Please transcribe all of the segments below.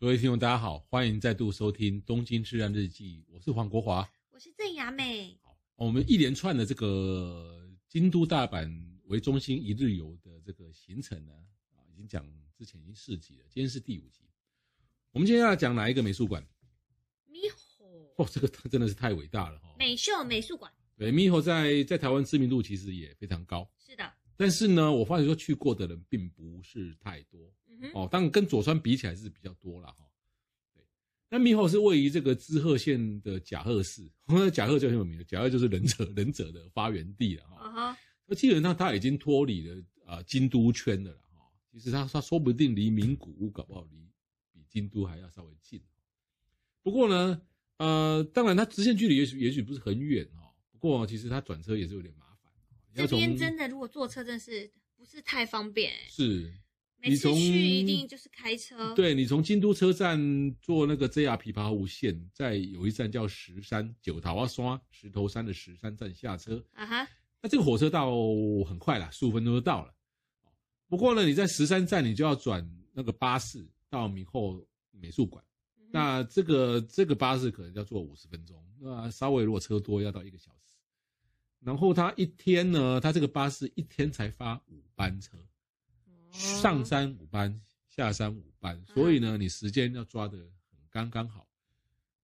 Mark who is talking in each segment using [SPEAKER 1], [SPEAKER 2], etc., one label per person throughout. [SPEAKER 1] 各位听众，大家好，欢迎再度收听《东京之汉日记》，我是黄国华。
[SPEAKER 2] 我是郑雅美，
[SPEAKER 1] 我们一连串的这个京都、大阪为中心一日游的这个行程呢，啊，已经讲之前已经四集了，今天是第五集。我们今天要讲哪一个美术馆？
[SPEAKER 2] 咪吼
[SPEAKER 1] 哦，这个真的是太伟大了哈、哦！
[SPEAKER 2] 美秀美术馆，
[SPEAKER 1] 对，Miho 在在台湾知名度其实也非常高，
[SPEAKER 2] 是的，
[SPEAKER 1] 但是呢，我发觉说去过的人并不是太多
[SPEAKER 2] 嗯哼，
[SPEAKER 1] 哦，当然跟佐川比起来是比较多了哈、对，那 Miho 是位于这个滋贺县的甲贺市， 甲贺就很有名了，甲贺就是忍者忍者的发源地了哈、
[SPEAKER 2] 啊哈，
[SPEAKER 1] 那基本上他已经脱离了呃京都圈的了啦哈、其实他他说不定离名古屋搞不好离比京都还要稍微近。不过呢，呃，当然它直线距离也许也许不是很远哦，不过其实它转车也是有点麻烦。
[SPEAKER 2] 这边真
[SPEAKER 1] 的
[SPEAKER 2] 的如果坐车真的是不是太方便欸，
[SPEAKER 1] 是
[SPEAKER 2] 每次
[SPEAKER 1] 你从
[SPEAKER 2] 去一定就是开车，，
[SPEAKER 1] 对你从京都车站坐那个 JR 琵琶湖线，在有一站叫石山九桃啊刷石头山的石山站下车，
[SPEAKER 2] 啊哈，
[SPEAKER 1] 那这个火车到很快啦，十五分钟就到了。不过呢，你在十三站你就要转那个巴士到明后美术馆。
[SPEAKER 2] 嗯哼
[SPEAKER 1] 那这个这个巴士可能要坐五十分钟，那稍微如果车多要到一个小时。然后它一天呢，它这个巴士一天才发五班车，上，
[SPEAKER 2] 哦嗯
[SPEAKER 1] 山五班，下山五班，所以呢，你时间要抓得很刚刚好。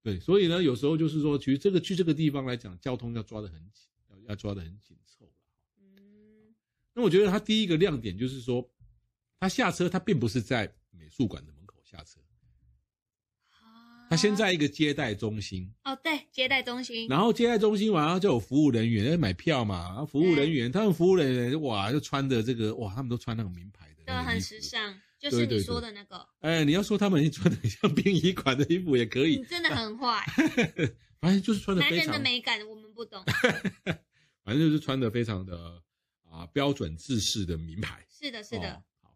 [SPEAKER 1] 对，所以呢，有时候就是说，其实这个去这个地方来讲，交通要抓得很紧，要要抓得很紧凑。
[SPEAKER 2] 嗯
[SPEAKER 1] 那我觉得它第一个亮点就是说，他下车他并不是在美术馆的门口下车，
[SPEAKER 2] 啊嗯
[SPEAKER 1] 他先在一个接待中心，
[SPEAKER 2] 哦对接待中心，
[SPEAKER 1] 然后接待中心晚上就有服务人员哎在买票嘛，然后服
[SPEAKER 2] 嗯
[SPEAKER 1] 务人员他们服务人员哇就穿的这个哇他们都穿那种名牌的，
[SPEAKER 2] 对，很时。尚，就
[SPEAKER 1] 对
[SPEAKER 2] 是
[SPEAKER 1] 对对
[SPEAKER 2] 你说的那个，
[SPEAKER 1] 哎，你要说他们穿的像殡仪馆的衣服也可以
[SPEAKER 2] 你，真的很坏，
[SPEAKER 1] 反正就是穿的
[SPEAKER 2] 嗯男
[SPEAKER 1] 非
[SPEAKER 2] 人
[SPEAKER 1] 常
[SPEAKER 2] 的，美感我们 不懂，
[SPEAKER 1] 反正就是穿的非常的啊标准制式的名牌。
[SPEAKER 2] 是的，是
[SPEAKER 1] 哦
[SPEAKER 2] 的，
[SPEAKER 1] 好，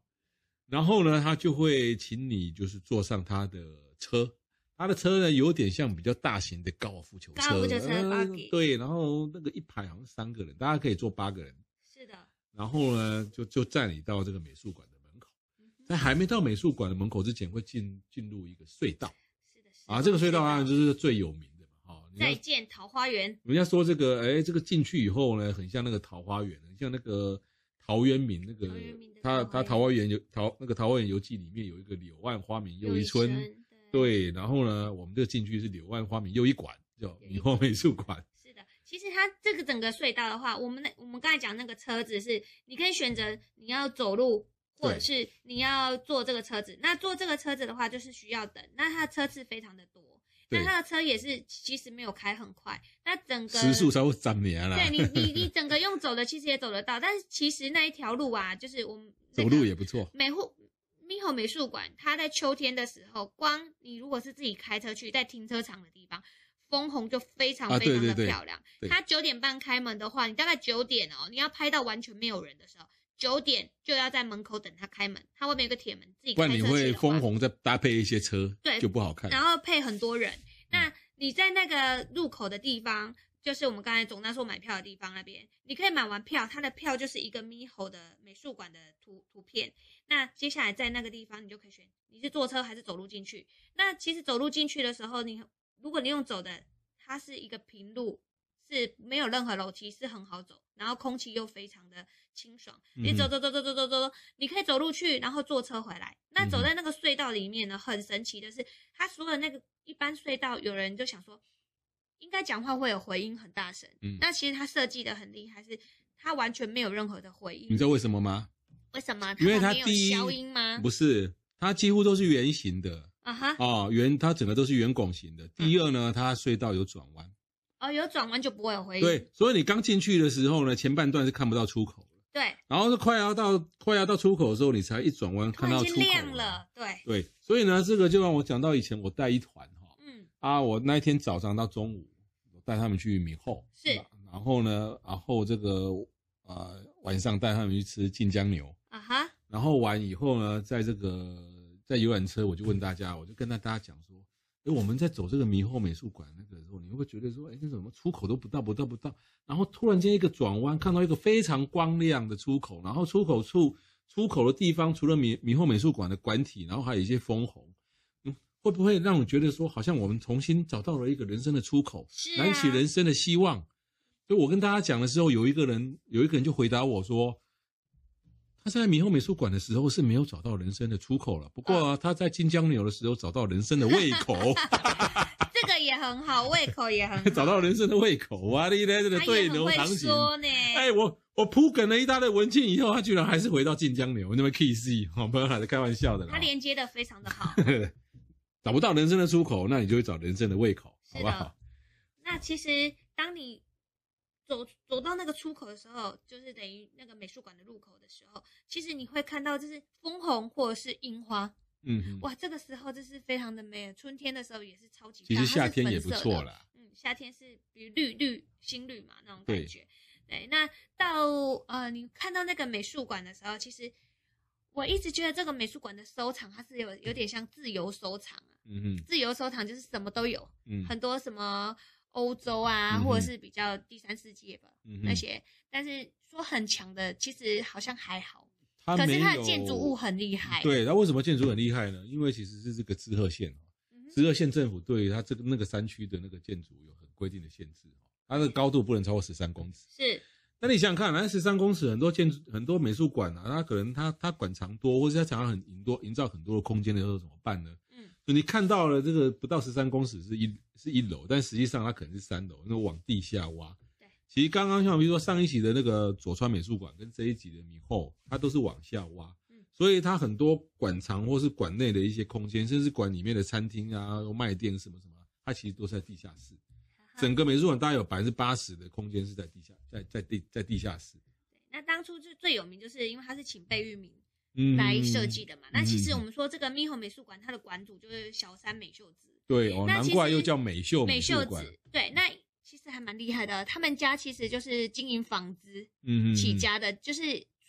[SPEAKER 1] 然后呢，他就会请你就是坐上他的车，他的车呢有点像比较大型的高尔夫球车，
[SPEAKER 2] 高尔夫球车
[SPEAKER 1] 呃
[SPEAKER 2] buggy
[SPEAKER 1] 对，然后那个一排好像三个人，大家可以坐八个人，
[SPEAKER 2] 是的，
[SPEAKER 1] 然后呢就就载你到这个美术馆的门口，
[SPEAKER 2] 嗯哼
[SPEAKER 1] 在还没到美术馆的门口之前，会进进入一个隧道
[SPEAKER 2] 是的，
[SPEAKER 1] 啊，这个隧道当然就是是最有名的嘛，哦，你要
[SPEAKER 2] 再见桃花源，
[SPEAKER 1] 人家说这个，哎，这个进去以后呢，很像那个桃花源，很像那个陶渊明那个
[SPEAKER 2] 陶渊明的桃花
[SPEAKER 1] 他
[SPEAKER 2] 源
[SPEAKER 1] 他桃花源游桃那个桃花源游记里面有一个柳暗花明又一村，
[SPEAKER 2] 生，
[SPEAKER 1] 对，然后呢，我们这个进去是柳暗花明又一馆，叫
[SPEAKER 2] 一
[SPEAKER 1] 米后美术 馆，
[SPEAKER 2] 是的，其实它这个整个隧道的话，我们那我们刚才讲那个车子是，你可以选择你要走路，或者
[SPEAKER 1] 对
[SPEAKER 2] 是你要坐这个车子。那坐这个车子的话，就是需要等，那它的车次非常的多，
[SPEAKER 1] 对
[SPEAKER 2] 那，它的车也是其实没有开很快，那整个
[SPEAKER 1] 时速。超过三啊年啦，
[SPEAKER 2] 对你，你你整个用走的其实也走得到，但是其实那一条路啊，就是我们、那
[SPEAKER 1] 走
[SPEAKER 2] 个
[SPEAKER 1] 路也不错，
[SPEAKER 2] 美户咪吼美术馆，它在秋天的时候，光你如果是自己开车去，在停车场的地方，枫红就非常
[SPEAKER 1] 啊对
[SPEAKER 2] 非常
[SPEAKER 1] 对
[SPEAKER 2] 的
[SPEAKER 1] 对
[SPEAKER 2] 漂亮。
[SPEAKER 1] 对
[SPEAKER 2] 它九点半开门的话，你大概九点哦，你要拍到完全没有人的时候，九点就要在门口等它开门。它外面有个铁门，自己
[SPEAKER 1] 不
[SPEAKER 2] 开
[SPEAKER 1] 然
[SPEAKER 2] 车去
[SPEAKER 1] 你
[SPEAKER 2] 的话
[SPEAKER 1] 会枫红再搭配一些车，
[SPEAKER 2] 对
[SPEAKER 1] 就不好看。
[SPEAKER 2] 然后配很多人。那你在那个入口的地方，就是我们刚才总大说买票的地方那边，你可以买完票，它的票就是一个猕猴的美术馆的图图片。那接下来在那个地方，你就可以选你是坐车还是走路进去。那其实走路进去的时候，你如果你用走的，它是一个平路，是没有任何楼梯，是很好走，然后空气又非常的清爽。你
[SPEAKER 1] 嗯哼
[SPEAKER 2] 走走走走走走走走，你可以走路去，然后坐车回来。那
[SPEAKER 1] 嗯
[SPEAKER 2] 走
[SPEAKER 1] 哼
[SPEAKER 2] 在那个隧道里面呢，很神奇的是，它所有那个一般隧道，有人就想说，应该讲话会有回音很大声。
[SPEAKER 1] 嗯
[SPEAKER 2] 那其实它设计的很厉害，是它完全没有任何的回音。
[SPEAKER 1] 你知道为什么吗？
[SPEAKER 2] 为什么？
[SPEAKER 1] 因为
[SPEAKER 2] 它
[SPEAKER 1] 它
[SPEAKER 2] 旁边
[SPEAKER 1] 第一
[SPEAKER 2] 有消音吗？
[SPEAKER 1] 不是，它几乎都是圆形的
[SPEAKER 2] 啊哈，
[SPEAKER 1] 哦，圆它整个都是圆拱形的。
[SPEAKER 2] 嗯
[SPEAKER 1] 第二呢，它隧道有转弯。
[SPEAKER 2] 哦，有转弯就不会有回音。
[SPEAKER 1] 对，所以你刚进去的时候呢，前半段是看不到出口的
[SPEAKER 2] 对，
[SPEAKER 1] 然后是快要到快要到出口的时候，你才一转弯
[SPEAKER 2] 突
[SPEAKER 1] 看
[SPEAKER 2] 然
[SPEAKER 1] 到
[SPEAKER 2] 间
[SPEAKER 1] 出口
[SPEAKER 2] 亮。了，对，
[SPEAKER 1] 对，所以呢，这个就让我讲到以前我带一团哈
[SPEAKER 2] 嗯，
[SPEAKER 1] 啊，我那一天早上到中午，我带他们去米后，
[SPEAKER 2] 是
[SPEAKER 1] 然后呢，然后这个呃晚上带他们去吃晋江牛，
[SPEAKER 2] 啊哈，
[SPEAKER 1] 然后完以后呢，在这个在游览车，我就问大家，我就跟大家讲说，哎，我们在走这个猕猴美术馆那个时候，你会不会觉得说，哎，那怎么出口都不到，不到，不到？然后突然间一个转弯，看到一个非常光亮的出口，然后出口处出口的地方，除了猕猕猴美术馆的馆体，然后还有一些枫红，嗯，会不会让你觉得说，好像我们重新找到了一个人生的出口？
[SPEAKER 2] 是啊，
[SPEAKER 1] 燃起人生的希望。所以我跟大家讲的时候，有一个人有一个人就回答我说，他在猕猴美术馆的时候是没有找到人生的出口了，不过、啊、
[SPEAKER 2] 嗯
[SPEAKER 1] 他在晋江牛的时候找到人生的胃 口，
[SPEAKER 2] 这个也很好， 胃口也很好，
[SPEAKER 1] 找到人生的胃口啊！你在这个
[SPEAKER 2] 他
[SPEAKER 1] 对
[SPEAKER 2] 也很
[SPEAKER 1] 牛
[SPEAKER 2] 会
[SPEAKER 1] 弹琴。
[SPEAKER 2] 说欸呢，
[SPEAKER 1] 哎，我我铺梗了一大堆文件以后，他居然还是回到晋江牛那边 K C，好， 朋友还在开玩笑的啦。
[SPEAKER 2] 他连接的非常的好。
[SPEAKER 1] 找不到人生的出口，那你就会找人生的胃口，好
[SPEAKER 2] 是
[SPEAKER 1] 不
[SPEAKER 2] 的
[SPEAKER 1] 好？
[SPEAKER 2] 那其实当你走走到那个出口的时候，就是等于那个美术馆的入口的时候，其实你会看到就是枫红或者是樱花，
[SPEAKER 1] 嗯哼，
[SPEAKER 2] 哇，这个时候就是非常的美。春天的时候也是超级
[SPEAKER 1] 其
[SPEAKER 2] 漂
[SPEAKER 1] 实
[SPEAKER 2] 亮，
[SPEAKER 1] 夏
[SPEAKER 2] 它是
[SPEAKER 1] 天
[SPEAKER 2] 粉
[SPEAKER 1] 也不
[SPEAKER 2] 色的
[SPEAKER 1] 错啦。
[SPEAKER 2] 嗯，夏天是比如绿绿新绿嘛那种
[SPEAKER 1] 对
[SPEAKER 2] 感觉。对，那到呃，你看到那个美术馆的时候，其实我一直觉得这个美术馆的收藏，它是有有点像自由收藏啊。
[SPEAKER 1] 嗯哼，
[SPEAKER 2] 自由收藏就是什么都有，
[SPEAKER 1] 嗯
[SPEAKER 2] 很多什么欧洲啊，
[SPEAKER 1] 嗯哼
[SPEAKER 2] 或者是比较第三世界吧、
[SPEAKER 1] 嗯哼
[SPEAKER 2] 那些，但是说很强的，其实好像还好。
[SPEAKER 1] 他
[SPEAKER 2] 可是
[SPEAKER 1] 没
[SPEAKER 2] 它
[SPEAKER 1] 有
[SPEAKER 2] 的建筑物很厉害，
[SPEAKER 1] 对，那为什么建筑很厉害呢？因为其实是这个志贺县哦，
[SPEAKER 2] 嗯哼，
[SPEAKER 1] 志贺县政府对于它这个那个山区的那个建筑有很规定的限制哦，它的高度不能超过十三公尺。
[SPEAKER 2] 是
[SPEAKER 1] 那你想想看，那十三公尺很多建筑很多美术馆啊，它可能它它馆藏多，或者它想要很营多营造很多的空间的时候怎么办呢？
[SPEAKER 2] 嗯，
[SPEAKER 1] 就你看到了这个不到十三公尺是一是一楼，但实际上它可能是三楼，那往地下挖
[SPEAKER 2] 对。
[SPEAKER 1] 其实刚刚像比如说上一集的那个佐川美术馆跟这一集的米后，它都是往下挖
[SPEAKER 2] 嗯，
[SPEAKER 1] 所以它很多馆藏或是馆内的一些空间，甚至馆里面的餐厅啊、卖店什么什么，它其实都是在地下室。整个美术馆大概有百分之八十的空间是在地下，在在地在地下室。
[SPEAKER 2] 对。那当初就最有名，就是因为它是请贝聿铭
[SPEAKER 1] 嗯
[SPEAKER 2] 来设计的嘛。那其实
[SPEAKER 1] 嗯
[SPEAKER 2] 我们说这个咪吼美术馆，它的馆主就是小山美秀子，
[SPEAKER 1] 对哦，
[SPEAKER 2] 那
[SPEAKER 1] 难
[SPEAKER 2] 其
[SPEAKER 1] 怪
[SPEAKER 2] 实
[SPEAKER 1] 又叫美秀
[SPEAKER 2] 美
[SPEAKER 1] 术
[SPEAKER 2] 秀
[SPEAKER 1] 馆。
[SPEAKER 2] 子对。那其实还蛮厉害的，啊他们家其实就是经营纺织，
[SPEAKER 1] 嗯嗯嗯
[SPEAKER 2] 起家的，就是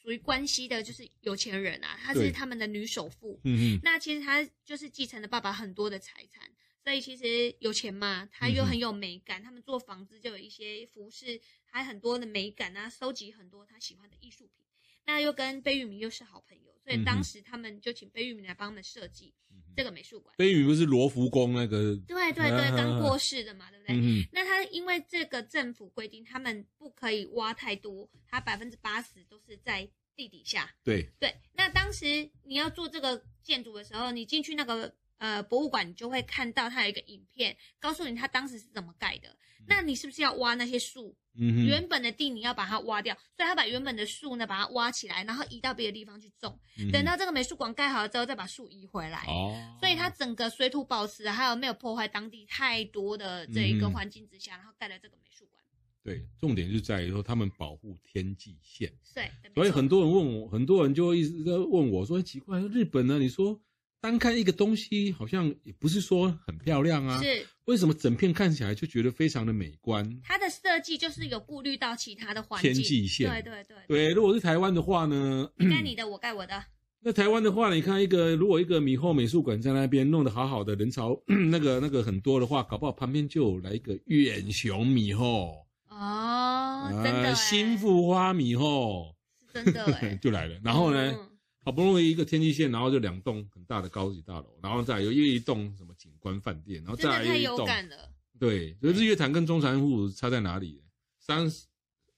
[SPEAKER 2] 属于关西的，就是有钱人啊，她
[SPEAKER 1] 对
[SPEAKER 2] 是他们的女首富。
[SPEAKER 1] 嗯嗯
[SPEAKER 2] 那其实她就是继承了爸爸很多的财产，所以其实有钱嘛，她又
[SPEAKER 1] 嗯哼
[SPEAKER 2] 很有美感。他们做房子就有一些服饰，还很多的美感啊，收集很多她喜欢的艺术品。那又跟贝聿铭又是好朋友，所
[SPEAKER 1] 嗯
[SPEAKER 2] 以
[SPEAKER 1] 哼
[SPEAKER 2] 当时他们就请贝聿铭来帮他们设计
[SPEAKER 1] 嗯
[SPEAKER 2] 这个美术馆。
[SPEAKER 1] 飞宇不是罗浮宫那个？
[SPEAKER 2] 对对
[SPEAKER 1] 嗯
[SPEAKER 2] 对，刚过世的嘛，对不对？
[SPEAKER 1] 嗯嗯
[SPEAKER 2] 那他因为这个政府规定，他们不可以挖太多，他百分之八十都是在地底下。
[SPEAKER 1] 对，
[SPEAKER 2] 对，那当时你要做这个建筑的时候，你进去那个呃博物馆，你就会看到它有一个影片，告诉你它当时是怎么盖的。那你是不是要挖那些树？
[SPEAKER 1] 嗯哼，
[SPEAKER 2] 原本的地你要把它挖掉，所以他把原本的树呢把它挖起来，然后移到别的地方去种。
[SPEAKER 1] 嗯
[SPEAKER 2] 等到这个美术馆盖好了之后，再把树移回来。
[SPEAKER 1] 哦，
[SPEAKER 2] 所以它整个水土保持，还有没有破坏当地太多的这一
[SPEAKER 1] 嗯
[SPEAKER 2] 个环境之下，然后盖了这个美术馆。
[SPEAKER 1] 对重点就在于说他们保护天际线，
[SPEAKER 2] 对，
[SPEAKER 1] 所以很
[SPEAKER 2] 多
[SPEAKER 1] 多人问我，很多人就一直在问我说，哎奇怪，日本呢？你说单看一个东西，好像也不是说很漂亮啊，
[SPEAKER 2] 是
[SPEAKER 1] 为什么整片看起来就觉得非常的美观？
[SPEAKER 2] 它的设计就是有顾虑到其他的环境
[SPEAKER 1] 天际线
[SPEAKER 2] 对对对，
[SPEAKER 1] 对，如果是台湾的话呢，
[SPEAKER 2] 你盖
[SPEAKER 1] 嗯
[SPEAKER 2] 你的，我盖我的，
[SPEAKER 1] 那台湾的话，你看一个如果一个米后美术馆在那边弄得好好的，人潮 那个那个很多的话，搞不好旁边就有来一个远雄米后，
[SPEAKER 2] 哦，真的
[SPEAKER 1] 呃
[SPEAKER 2] 欸
[SPEAKER 1] 新富花米后，
[SPEAKER 2] 是真的 哎，
[SPEAKER 1] 就来了。然后呢，
[SPEAKER 2] 嗯
[SPEAKER 1] 好不容易一个天际线，然后就两栋很大的高级大楼，然后再来又又一栋什么景观饭店，然后
[SPEAKER 2] 真
[SPEAKER 1] 再
[SPEAKER 2] 的
[SPEAKER 1] 来
[SPEAKER 2] 太
[SPEAKER 1] 又一
[SPEAKER 2] 有
[SPEAKER 1] 栋，
[SPEAKER 2] 感了，
[SPEAKER 1] 对，所以日月潭跟中山湖差在哪里？山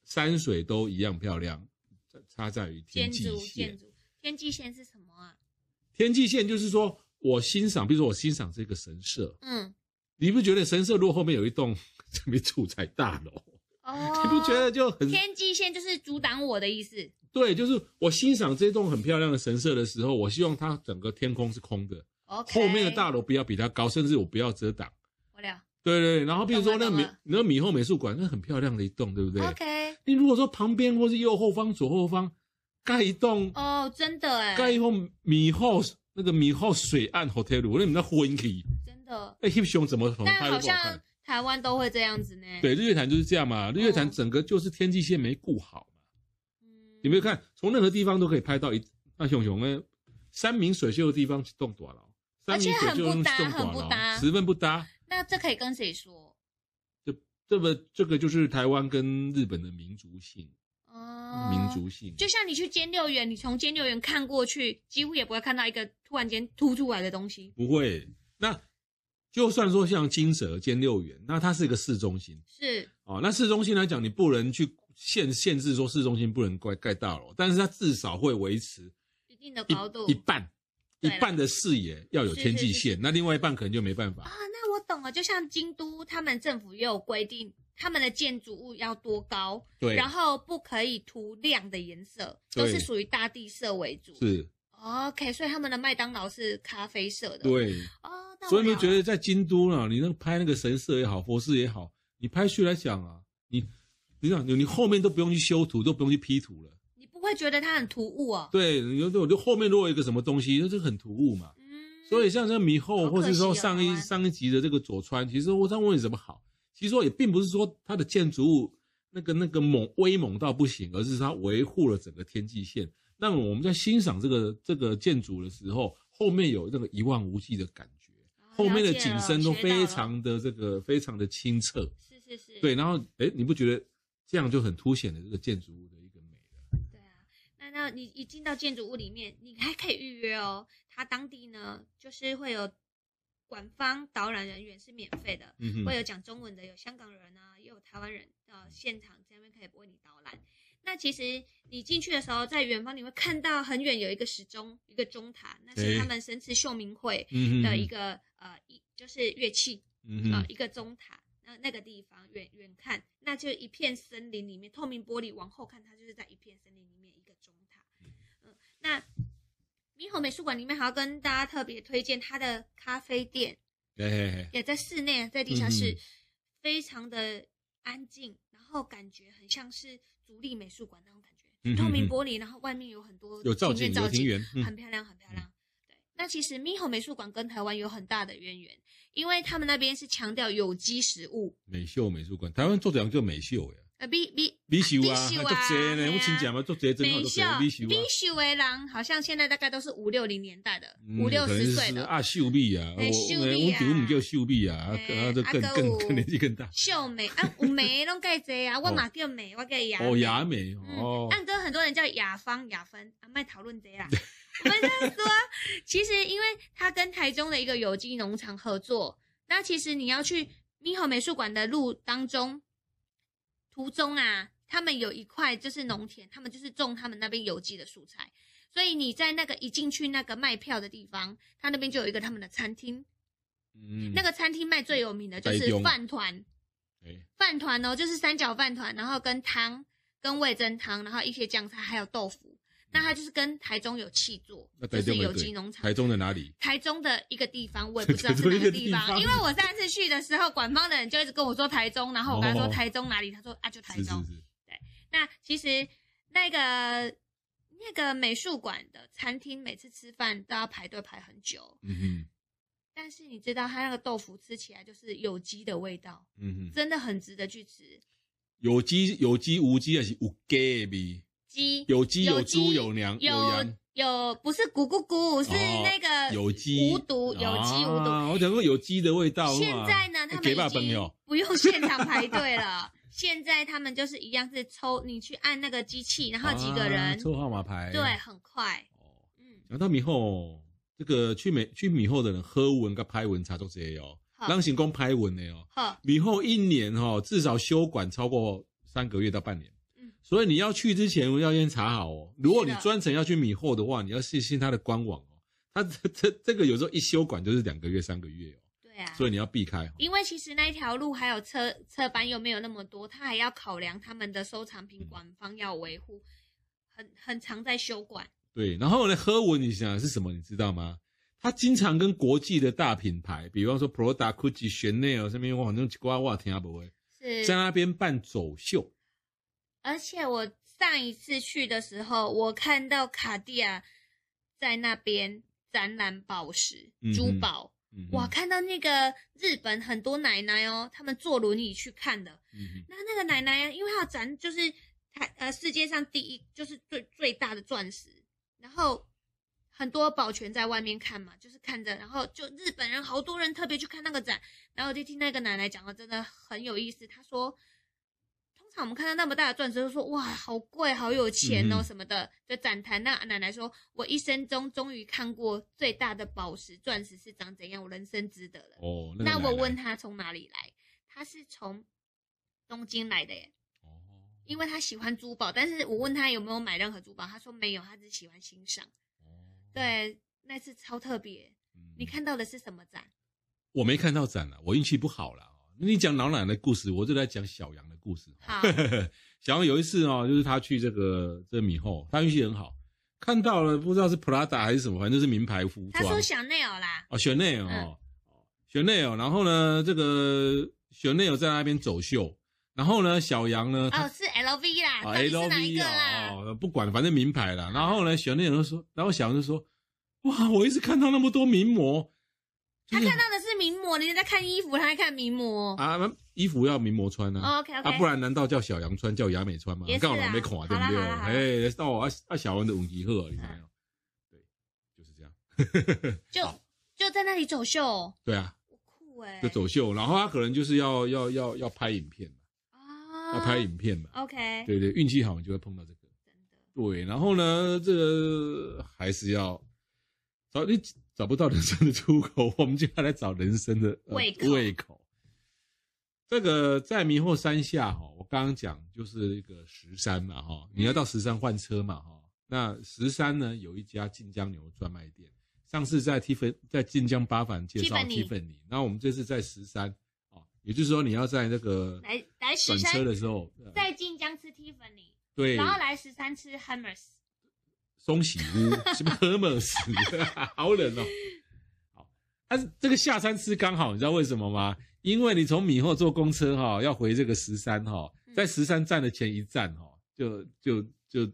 [SPEAKER 1] 山水都一样漂亮，差在于天
[SPEAKER 2] 建
[SPEAKER 1] 际
[SPEAKER 2] 筑
[SPEAKER 1] 线
[SPEAKER 2] 建。筑天际线是什么啊？
[SPEAKER 1] 天际线就是说我欣赏，比如说我欣赏这个神社，
[SPEAKER 2] 嗯，
[SPEAKER 1] 你不觉得神社如果后面有一栋 这边住宅大楼，
[SPEAKER 2] 哦，
[SPEAKER 1] 你不觉得就很
[SPEAKER 2] 天际线就是阻挡我的意思？
[SPEAKER 1] 对？就是我欣赏这栋很漂亮的神社的时候，我希望它整个天空是空的，
[SPEAKER 2] OK，
[SPEAKER 1] 后面的大楼不要比它高，甚至我不要遮挡。
[SPEAKER 2] 我了
[SPEAKER 1] 对对，对然后比如说
[SPEAKER 2] 懂了
[SPEAKER 1] 那米
[SPEAKER 2] 懂了
[SPEAKER 1] 那米后美术馆，那很漂亮的一栋，对不对？
[SPEAKER 2] ，OK，
[SPEAKER 1] 你如果说旁边或是右后方、左后方盖一栋、
[SPEAKER 2] 哦，真的哎，
[SPEAKER 1] 盖一栋米后那个米后水岸 hotel，我那你那昏去，
[SPEAKER 2] 真的。
[SPEAKER 1] 哎，黑熊怎么很
[SPEAKER 2] 但
[SPEAKER 1] 拍
[SPEAKER 2] 好
[SPEAKER 1] 都不好看
[SPEAKER 2] 像。台湾都会这样子呢。，
[SPEAKER 1] 对，日月潭就是这样嘛，日月潭
[SPEAKER 2] 嗯
[SPEAKER 1] 整个就是天际线没顾好嘛。
[SPEAKER 2] 嗯
[SPEAKER 1] 你没有看，从任何地方都可以拍到一那熊熊呢，山明水秀的地方去动短了，山明水秀的地方去
[SPEAKER 2] 而且很
[SPEAKER 1] 动
[SPEAKER 2] 不搭很不
[SPEAKER 1] 短
[SPEAKER 2] 搭
[SPEAKER 1] 了，十分不搭。
[SPEAKER 2] 那这可以跟谁说？
[SPEAKER 1] 这个这个就是台湾跟日本的民族性，
[SPEAKER 2] 哦，
[SPEAKER 1] 民。族性。
[SPEAKER 2] 就像你去尖六园，你从尖六园看过去，几乎也不会看到一个突然间凸出来的东西。
[SPEAKER 1] 不会。那就算说像金蛇、兼六园，那它是一个市中心
[SPEAKER 2] 是，
[SPEAKER 1] 哦。那市中心来讲，你不能去限限制说市中心不能盖盖大楼，但是它至少会维持
[SPEAKER 2] 一定的
[SPEAKER 1] 一
[SPEAKER 2] 高度
[SPEAKER 1] 一半一
[SPEAKER 2] 对啦
[SPEAKER 1] 半的视野要有
[SPEAKER 2] 是
[SPEAKER 1] 天际
[SPEAKER 2] 是是
[SPEAKER 1] 线，那另外一半可能就没办
[SPEAKER 2] 啊
[SPEAKER 1] 法。。
[SPEAKER 2] 那我懂了，就像京都，他们政府也有规定，他们的建筑物要多高，
[SPEAKER 1] 对，
[SPEAKER 2] 然后不可以涂亮的颜色，
[SPEAKER 1] 对
[SPEAKER 2] 都是属于大地色为主。哦
[SPEAKER 1] 是
[SPEAKER 2] OK，所以他们的麦当劳是咖啡色的。
[SPEAKER 1] 对，
[SPEAKER 2] 哦，那我
[SPEAKER 1] 所以你们
[SPEAKER 2] 了
[SPEAKER 1] 觉得在京都呢，你那个拍那个神社也好，佛寺也好，你拍去来讲啊，你你想你后面都不用去修图，都不用去 P 图了。
[SPEAKER 2] 你不会觉得它很突兀哦？
[SPEAKER 1] 对，你就就就后面如果有一个什么东西，那就很突兀嘛。
[SPEAKER 2] 嗯，
[SPEAKER 1] 所以像这个迷后，
[SPEAKER 2] 好可
[SPEAKER 1] 或是说
[SPEAKER 2] 惜哦
[SPEAKER 1] 上
[SPEAKER 2] 台
[SPEAKER 1] 一
[SPEAKER 2] 湾
[SPEAKER 1] 上一集的这个佐川，其实我想问你怎么好，其实我也并不是说它的建筑物那个那个猛威猛到不行，而是它维护了整个天际线。那么我们在欣赏这个这个建筑的时候，后面有那个一望无际的感觉，
[SPEAKER 2] 哦
[SPEAKER 1] 后面的
[SPEAKER 2] 了解了
[SPEAKER 1] 景深都
[SPEAKER 2] 学到
[SPEAKER 1] 非
[SPEAKER 2] 了
[SPEAKER 1] 常的这个非常的清澈，
[SPEAKER 2] 是是是，
[SPEAKER 1] 对。然后哎，你不觉得这样就很凸显了这个建筑物的一个美了？
[SPEAKER 2] 对啊。那那你一进到建筑物里面，你还可以预约哦。它当地呢，就是会有管方导览人员是免费的，
[SPEAKER 1] 嗯哼
[SPEAKER 2] 会有讲中文的，有香港人啊，也有台湾人，呃，现场这边可以为你导览。那其实你进去的时候，在远方你会看到很远有一个时钟，一个钟塔，那是
[SPEAKER 1] 诶
[SPEAKER 2] 他们神池秀明会
[SPEAKER 1] 嗯
[SPEAKER 2] 的一个、呃一就是乐器，
[SPEAKER 1] 嗯哼
[SPEAKER 2] 啊、一个钟塔，那那个地方远远看，那就一片森林里面，透明玻璃往后看，它就是在一片森林里面一个钟塔。嗯，那猕猴美术馆里面还要跟大家特别推荐它的咖啡店，
[SPEAKER 1] 嘿嘿嘿，
[SPEAKER 2] 也在室内，啊在地下室，
[SPEAKER 1] 嗯
[SPEAKER 2] 非常的安静，然后感觉很像是竹立美术馆那种感觉，
[SPEAKER 1] 嗯
[SPEAKER 2] 透明
[SPEAKER 1] 嗯嗯
[SPEAKER 2] 玻璃，然后外面有很多
[SPEAKER 1] 有造
[SPEAKER 2] 庭
[SPEAKER 1] 景
[SPEAKER 2] 院
[SPEAKER 1] 有
[SPEAKER 2] 造
[SPEAKER 1] 庭
[SPEAKER 2] 景，
[SPEAKER 1] 园，嗯
[SPEAKER 2] 很漂亮，很漂亮。对，那其实猕猴美术馆跟台湾有很大的渊源，因为他们那边是强调有机食物，
[SPEAKER 1] 美秀美术馆，台湾做这样叫美秀呀，
[SPEAKER 2] 呃，比比
[SPEAKER 1] 美秀啊，
[SPEAKER 2] 美 秀
[SPEAKER 1] 还
[SPEAKER 2] 啊
[SPEAKER 1] 做这
[SPEAKER 2] 嘿
[SPEAKER 1] 呢，
[SPEAKER 2] 啊
[SPEAKER 1] 我请讲嘛，做这真好，
[SPEAKER 2] 美
[SPEAKER 1] 做
[SPEAKER 2] 秀
[SPEAKER 1] 这美秀啊，
[SPEAKER 2] 比秀为郎，好像现在大概都是五六零年代的，五六
[SPEAKER 1] 嗯可能
[SPEAKER 2] 十
[SPEAKER 1] 是
[SPEAKER 2] 岁的
[SPEAKER 1] 啊，秀美啊，我
[SPEAKER 2] 嘿秀
[SPEAKER 1] 我
[SPEAKER 2] 美啊
[SPEAKER 1] 我舅母叫秀美啊，啊
[SPEAKER 2] 嘿
[SPEAKER 1] 啊，这更
[SPEAKER 2] 啊还有
[SPEAKER 1] 更更年纪更大，
[SPEAKER 2] 秀美啊，有美拢介济 啊，我嘛叫美，我叫雅
[SPEAKER 1] 哦，
[SPEAKER 2] 美
[SPEAKER 1] 雅美
[SPEAKER 2] 嗯
[SPEAKER 1] 哦，，
[SPEAKER 2] 但跟很多人叫雅芳、雅芬，啊，卖讨论这 啦。我们这样说，其实因为他跟台中的一个有机农场合作，那其实你要去猕猴美术馆的路当中，途中啊，他们有一块就是农田，他们就是种他们那边有机的蔬菜，所以你在那个一进去那个卖票的地方，他那边就有一个他们的餐厅，
[SPEAKER 1] 嗯
[SPEAKER 2] 啊那个餐厅卖最有名的就
[SPEAKER 1] 台
[SPEAKER 2] 是
[SPEAKER 1] 中
[SPEAKER 2] 饭团，
[SPEAKER 1] 哎
[SPEAKER 2] 饭团哦，就是三角饭团，然后跟汤、跟味增汤，然后一些酱菜，还有豆腐。那它就是跟台中有气做
[SPEAKER 1] 那，
[SPEAKER 2] 就
[SPEAKER 1] 啊台
[SPEAKER 2] 是
[SPEAKER 1] 中
[SPEAKER 2] 有
[SPEAKER 1] 的
[SPEAKER 2] 机
[SPEAKER 1] 对
[SPEAKER 2] 农，场。
[SPEAKER 1] 台中的哪里？
[SPEAKER 2] 台中的一个地方，我也不知道
[SPEAKER 1] 台
[SPEAKER 2] 是
[SPEAKER 1] 中
[SPEAKER 2] 哪
[SPEAKER 1] 一个
[SPEAKER 2] 个
[SPEAKER 1] 地
[SPEAKER 2] 地
[SPEAKER 1] 方
[SPEAKER 2] 方，因为我上次去的时候，管方的人就一直跟我说台中，然后我跟他说
[SPEAKER 1] 哦
[SPEAKER 2] 台中哪里，他说啊就台
[SPEAKER 1] 是是
[SPEAKER 2] 中。
[SPEAKER 1] 是，
[SPEAKER 2] 那其实那个那个美术馆的餐厅，每次吃饭都要排队排很久，
[SPEAKER 1] 嗯哼
[SPEAKER 2] 但是你知道它那个豆腐吃起来就是有机的味道，
[SPEAKER 1] 嗯哼，
[SPEAKER 2] 真的很值得去吃。
[SPEAKER 1] 有机有机无机还是有鸡味？
[SPEAKER 2] 鸡
[SPEAKER 1] 有鸡有
[SPEAKER 2] 有鸡
[SPEAKER 1] 猪有娘有
[SPEAKER 2] 有
[SPEAKER 1] 羊，
[SPEAKER 2] 有不是咕咕咕，是
[SPEAKER 1] 哦
[SPEAKER 2] 那个
[SPEAKER 1] 有鸡
[SPEAKER 2] 呃无毒，有机无毒。
[SPEAKER 1] 啊我想说有鸡的味道嘛，
[SPEAKER 2] 现在呢，他们
[SPEAKER 1] 给爸
[SPEAKER 2] 已
[SPEAKER 1] 朋友
[SPEAKER 2] 经。不用现场排队了， 现在他们就是一样是抽，你去按那个机器，然后几个
[SPEAKER 1] 啊
[SPEAKER 2] 人，
[SPEAKER 1] 抽号码牌。
[SPEAKER 2] 对，很快，
[SPEAKER 1] 哦，
[SPEAKER 2] 嗯，
[SPEAKER 1] 讲到米后，这个去美去米后的人喝文跟拍文差都这哦，
[SPEAKER 2] 好
[SPEAKER 1] 让行公拍文的哦。
[SPEAKER 2] 呵，
[SPEAKER 1] 米后一年哦，至少休馆超过三个月到半年。
[SPEAKER 2] 嗯
[SPEAKER 1] 所以你要去之前要先查好哦。如果你
[SPEAKER 2] 是的
[SPEAKER 1] 专程要去米后的话，你要细心它的官网哦。它这这这个有时候一休馆就是两个月、三个月哦，
[SPEAKER 2] 对啊，
[SPEAKER 1] 所以你要避开哦。
[SPEAKER 2] 因为其实那一条路还有车车班又没有那么多，他还要考量他们的收藏品馆方要维护，很很常在修馆，
[SPEAKER 1] 对，然后呢，喝文你想是什么，你知道吗？他经常跟国际的大品牌，比方说 Prada、Gucci、Chanel 上面，我反正瓜瓜听不会，
[SPEAKER 2] 是
[SPEAKER 1] 在那边办走秀，
[SPEAKER 2] 而且我上一次去的时候，我看到卡地亚在那边展览宝石、
[SPEAKER 1] 嗯哼
[SPEAKER 2] 珠宝，
[SPEAKER 1] 嗯哼
[SPEAKER 2] 哇，，看到那个日本很多奶奶哦，他们坐轮椅去看的。
[SPEAKER 1] 嗯哼
[SPEAKER 2] 那那个奶奶，啊因为她要展就是台呃世界上第一就是最最大的钻石，然后很多保全在外面看嘛，就是看着，然后就日本人好多人特别去看那个展，然后我就听那个奶奶讲的真的很有意思，她说。通常我们看到那么大的钻石，就说哇，好贵，好有钱哦
[SPEAKER 1] 嗯
[SPEAKER 2] 什么的，就赞叹。那奶奶说，我一生中终于看过最大的宝石钻石是长怎样，我人生值得了。
[SPEAKER 1] 哦，个
[SPEAKER 2] 那
[SPEAKER 1] 奶
[SPEAKER 2] 我
[SPEAKER 1] 奶
[SPEAKER 2] 问他从哪里来，他是从东京来的耶，
[SPEAKER 1] 哦，
[SPEAKER 2] 因为他喜欢珠宝。但是我问他有没有买任何珠宝，他说没有，他只喜欢欣赏。对，那次超特别。
[SPEAKER 1] 哦嗯
[SPEAKER 2] 你看到的是什么展？
[SPEAKER 1] 我没看到展了，我运气不好了。那你讲老奶奶的故事，我就来讲小羊的故事。哦
[SPEAKER 2] 好
[SPEAKER 1] 小羊有一次哦，就是他去这个这个米后，他运气很好，看到了不知道是 Prada 还是什么，反正就是名牌服
[SPEAKER 2] 他
[SPEAKER 1] 装
[SPEAKER 2] 说。嗯小内 尔啦，
[SPEAKER 1] 哦，Chanel 哦，Chanel，然后呢，这个 Chanel 在那边走秀，然后呢，小羊呢，他
[SPEAKER 2] 哦是 LV 啦，
[SPEAKER 1] 啊
[SPEAKER 2] 到底是哪一
[SPEAKER 1] ，LV
[SPEAKER 2] 个啦？
[SPEAKER 1] 啊，哦，不管，反正名牌啦。然后呢，小内就说，然后小羊就说，哇，我一直看到那么多名模，就
[SPEAKER 2] 他
[SPEAKER 1] 是
[SPEAKER 2] 看到的是名模，你在看衣服，他在看名模。哦
[SPEAKER 1] 啊，那衣服要名模穿啊。
[SPEAKER 2] OK 哦 OK，
[SPEAKER 1] 啊，不然难道叫小杨穿，叫雅美穿吗
[SPEAKER 2] 也？是啊
[SPEAKER 1] 刚好还没垮，对不
[SPEAKER 2] 好啦好啦好嗯啦
[SPEAKER 1] 对？哎，到我啊啊小文的五级鹤，你知道吗？对，就是这样。
[SPEAKER 2] 就就在那里走秀哦，
[SPEAKER 1] 对啊，
[SPEAKER 2] 酷哎，
[SPEAKER 1] 就走秀，然后他可能就是要要要要拍影片嘛，
[SPEAKER 2] 啊，
[SPEAKER 1] 要拍影片嘛。
[SPEAKER 2] OK，
[SPEAKER 1] 对对，运气好你就会碰到这个。
[SPEAKER 2] 真的
[SPEAKER 1] 对，然后呢，这个还是要找你找不到人生的出口，我们就要来找人生的、呃
[SPEAKER 2] 胃口
[SPEAKER 1] 胃口。这个在迷惑山下哈、我刚刚讲就是一个石山嘛哈、
[SPEAKER 2] 嗯
[SPEAKER 1] 你要到石山换车嘛哈、那石山呢有一家晋江牛专卖店，上次在 t i f 在晋江八反介绍
[SPEAKER 2] Tiffany
[SPEAKER 1] t i f 那我们这次在石山哦，也就是说你要在那个
[SPEAKER 2] 来来
[SPEAKER 1] 转
[SPEAKER 2] 十三
[SPEAKER 1] 车的时候，呃
[SPEAKER 2] 在晋江吃 Tiffany，
[SPEAKER 1] 对，
[SPEAKER 2] 然后来十三吃 Hammers，
[SPEAKER 1] 松喜屋， 什么 Hermes，好冷哦。好，但是这个下山吃刚好，你知道为什么吗？因为你从米后坐公车哈、要回这个十三哈，在十三站的前一站哈、就就就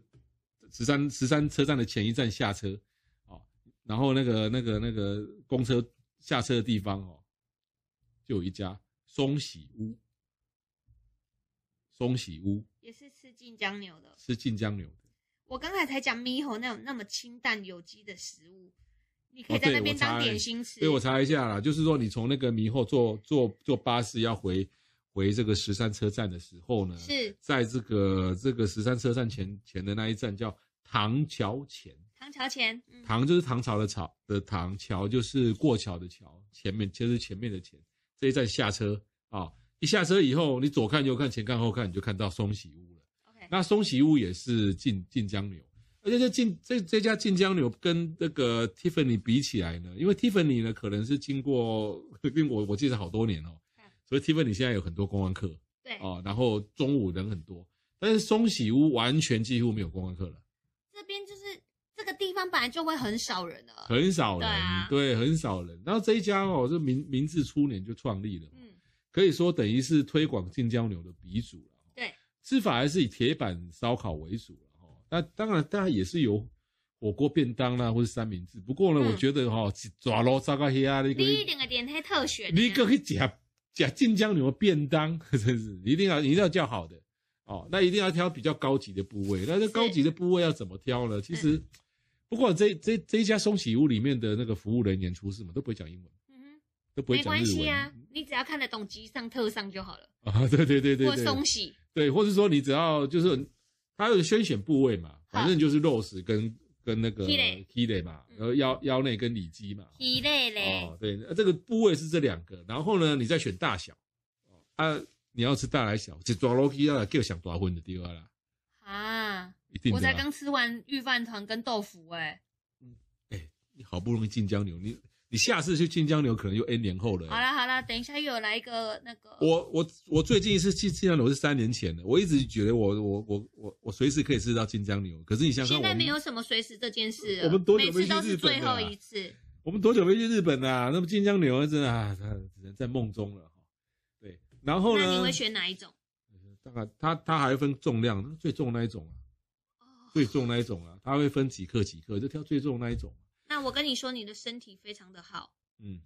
[SPEAKER 1] 十三十三车站的前一站下车哦，然后那个那个那个公车下车的地方哦，就有一家松喜屋，松喜屋
[SPEAKER 2] 也是吃晋江牛的。
[SPEAKER 1] 是晋江牛的。
[SPEAKER 2] 我刚才才讲 Miho 那种那么清淡有机的食物，你可以
[SPEAKER 1] 哦
[SPEAKER 2] 在
[SPEAKER 1] 对
[SPEAKER 2] 那边
[SPEAKER 1] 我查
[SPEAKER 2] 当
[SPEAKER 1] 了
[SPEAKER 2] 点心吃。
[SPEAKER 1] 对，我查一下啦，就是说你从那个迷后坐坐坐巴士要回回这个十三车站的时候呢，
[SPEAKER 2] 是
[SPEAKER 1] 在这个这个十三车站前前的那一站叫唐桥前，
[SPEAKER 2] 唐桥前，嗯，
[SPEAKER 1] 唐就是唐朝的朝的唐，桥就是过桥的桥，前面就是前面的前，这一站下车啊、一下车以后你左看右看前看后看，你就看到松喜屋了。
[SPEAKER 2] OK，
[SPEAKER 1] 那松喜屋也是晋晋江牛，而且这晋这这家晋江牛跟那个 Tiffany 比起来呢，因为 Tiffany 呢可能是经过因为我我记得好多年哦
[SPEAKER 2] 嗯，
[SPEAKER 1] 所以 Tiffany 现在有很多观光客
[SPEAKER 2] 对，
[SPEAKER 1] 哦，然后中午人很多，但是松喜屋完全几乎没有观光客了，
[SPEAKER 2] 这边就是这个地方本来就会很少人了。
[SPEAKER 1] 很少人
[SPEAKER 2] 哦对啊，
[SPEAKER 1] 对，很少人。然后这一家哦，是明明治初年就创立了，
[SPEAKER 2] 嗯，
[SPEAKER 1] 可以说等于是推广近江牛的鼻祖了。
[SPEAKER 2] 对，
[SPEAKER 1] 吃法还是以铁板烧烤为主了哈。那当然，当然也是有火锅便当啦、或是三明治。不过呢，
[SPEAKER 2] 嗯
[SPEAKER 1] 我觉得哈、抓罗炸个黑啊，你个
[SPEAKER 2] 你一定个点黑特选啊，
[SPEAKER 1] 你个去夹夹晋江牛便当， 真是你一定要一定要叫好的哦。那一定要挑比较高级的部位。那这高级的部位要怎么挑呢？
[SPEAKER 2] 嗯
[SPEAKER 1] 其实，不过这这这一家松喜屋里面的那个服务人员、厨师们都不会讲英文，
[SPEAKER 2] 嗯哼
[SPEAKER 1] 都不会
[SPEAKER 2] 没
[SPEAKER 1] 讲日
[SPEAKER 2] 关
[SPEAKER 1] 文。
[SPEAKER 2] 系啊，你只要看得懂集上特上就好了，
[SPEAKER 1] 啊， 对对对对
[SPEAKER 2] 或
[SPEAKER 1] 对，
[SPEAKER 2] 松喜，
[SPEAKER 1] 对，或者说你只要就是它有先选部位嘛，反正就是肉食跟跟那个
[SPEAKER 2] Kile
[SPEAKER 1] kile 嘛，
[SPEAKER 2] 嗯
[SPEAKER 1] 然后腰腰内跟里肌嘛。
[SPEAKER 2] 皮类嘞
[SPEAKER 1] 哦，，对，那这个部位是这两个，然后呢，你再选大小。哦啊，你要吃大来小，这抓楼梯啊，就想抓昏的地方啦，
[SPEAKER 2] 啊，
[SPEAKER 1] 一定
[SPEAKER 2] 我
[SPEAKER 1] 的
[SPEAKER 2] 才
[SPEAKER 1] 啦。
[SPEAKER 2] 刚吃完御饭团跟豆腐哎，
[SPEAKER 1] 你好不容易进江流，你你下次去进江流可能就 N 年后了欸、
[SPEAKER 2] 好啦好啦，等一下又有来一个那个，
[SPEAKER 1] 我我我最近一次去晋江牛是三年前的，我一直觉得我我我我我随时可以吃到晋江牛，可是你想想
[SPEAKER 2] 现
[SPEAKER 1] 看，
[SPEAKER 2] 在
[SPEAKER 1] 我
[SPEAKER 2] 没
[SPEAKER 1] 们
[SPEAKER 2] 有什么随时这件事了，
[SPEAKER 1] 我们多久
[SPEAKER 2] 每
[SPEAKER 1] 没
[SPEAKER 2] 次
[SPEAKER 1] 去
[SPEAKER 2] 都是
[SPEAKER 1] 日本
[SPEAKER 2] 最
[SPEAKER 1] 了
[SPEAKER 2] 后
[SPEAKER 1] 啊
[SPEAKER 2] 一次。
[SPEAKER 1] 我们多久没去日本啦、那么晋江牛真的啊，只能在梦中了哈。对，然后
[SPEAKER 2] 那你
[SPEAKER 1] 呢
[SPEAKER 2] 会？选哪一种？
[SPEAKER 1] 大概它它还会分重量，最重那一种啊，
[SPEAKER 2] 哦
[SPEAKER 1] 最重那一种啊，它会分几克几克，就挑最重那一种。啊
[SPEAKER 2] 那我跟你说，你的身体非常的好，
[SPEAKER 1] 嗯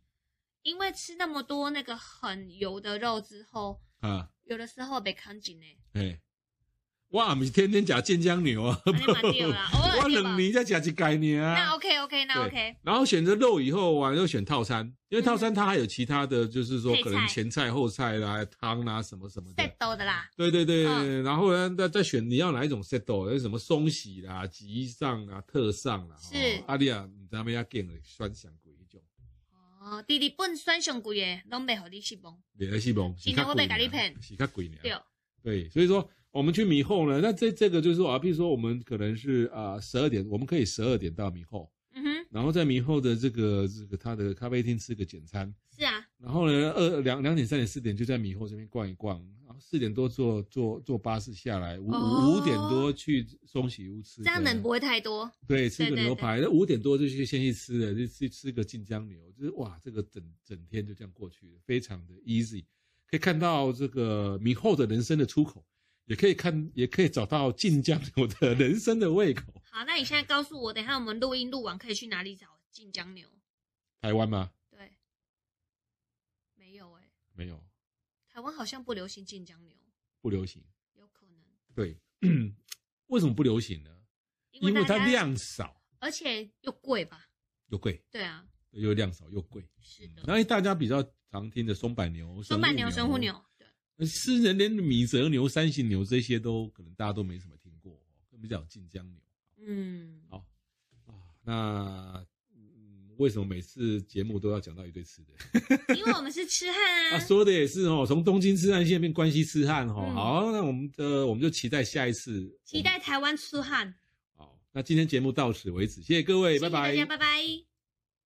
[SPEAKER 2] 因为吃那么多那个很油的肉之后，
[SPEAKER 1] 啊，
[SPEAKER 2] 有的时候被扛 紧呢，
[SPEAKER 1] 哎，哇，不是天天假晋江牛啊，
[SPEAKER 2] 哎那蛮丢 啦，偶尔
[SPEAKER 1] 我
[SPEAKER 2] 对吧
[SPEAKER 1] 冷？你再假一改你啊。
[SPEAKER 2] 那 OK OK，那
[SPEAKER 1] 对
[SPEAKER 2] OK，嗯
[SPEAKER 1] 然后选择肉以后啊，又选套餐，因为套餐它还有其他的，就是说
[SPEAKER 2] 配菜
[SPEAKER 1] 可能前菜、后菜啦、汤啦什么什么
[SPEAKER 2] 再
[SPEAKER 1] 的。
[SPEAKER 2] 兜的啦，
[SPEAKER 1] 对对对，
[SPEAKER 2] 嗯
[SPEAKER 1] 然后呢，再再选你要哪一种 set 哦，有什么松喜啦、吉上啊、特上啦，
[SPEAKER 2] 是
[SPEAKER 1] 哦啊你啊，唔知道要拣的酸香鬼一种，
[SPEAKER 2] 哦，弟弟本选上贵的，拢袂互你失望。
[SPEAKER 1] 别来西蒙，
[SPEAKER 2] 是的我被给你骗
[SPEAKER 1] 是较贵呢。
[SPEAKER 2] 对，
[SPEAKER 1] 对，啊所以说我们去迷后呢，那这这个就是说啊，譬如说我们可能是啊十二点，我们可以十二点到迷后，
[SPEAKER 2] 嗯哼，
[SPEAKER 1] 然后在迷后的这个这个他的咖啡厅吃个简餐，
[SPEAKER 2] 是啊，
[SPEAKER 1] 然后呢二两两点三点四点就在迷后这边逛一逛，然后四点多坐坐坐巴士下来，五五
[SPEAKER 2] 哦
[SPEAKER 1] 五点多去松喜屋吃
[SPEAKER 2] 这
[SPEAKER 1] 个，
[SPEAKER 2] 样人不会太多。
[SPEAKER 1] 对吃个
[SPEAKER 2] 对对
[SPEAKER 1] 牛排，那五点多就去先去吃了，就去吃个晋江牛，就是哇，这个整整天就这样过去了，非常的 easy，可以看到这个迷后的人生的出口，也可以看， 也可以找到晋江牛的人生的胃口。
[SPEAKER 2] 好，那你现在告诉我，等一下我们录音录完可以去哪里找晋江牛？
[SPEAKER 1] 台湾吗？
[SPEAKER 2] 对，没有哎、
[SPEAKER 1] 没有，
[SPEAKER 2] 台湾好像不流行晋江牛，
[SPEAKER 1] 不流行。
[SPEAKER 2] 有可能
[SPEAKER 1] 对， 为什么不流行呢？因
[SPEAKER 2] 因
[SPEAKER 1] 为它
[SPEAKER 2] 大家，
[SPEAKER 1] 量少
[SPEAKER 2] 而且又贵吧？
[SPEAKER 1] 又贵，
[SPEAKER 2] 对啊，
[SPEAKER 1] 又量少又贵。
[SPEAKER 2] 是的。
[SPEAKER 1] 然后大家比较常听的松板牛、
[SPEAKER 2] 松板牛、神户牛，对，
[SPEAKER 1] 私人连米泽牛、三型牛这些都可能大家都没什么听过，更不讲晋江牛
[SPEAKER 2] 嗯，
[SPEAKER 1] 啊。那、嗯、为什么每次节目都要讲到一堆吃的？
[SPEAKER 2] 啊因为我们是痴汉
[SPEAKER 1] 啊，
[SPEAKER 2] 啊。
[SPEAKER 1] 说的也是哦，从东京痴汉现在变关西痴汉哦。
[SPEAKER 2] 嗯
[SPEAKER 1] 好，那我们的我们就期待下一次，
[SPEAKER 2] 期待台湾痴汉。
[SPEAKER 1] 好。那今天节目到此为止，谢谢各位，
[SPEAKER 2] 哎谢谢大家，拜拜。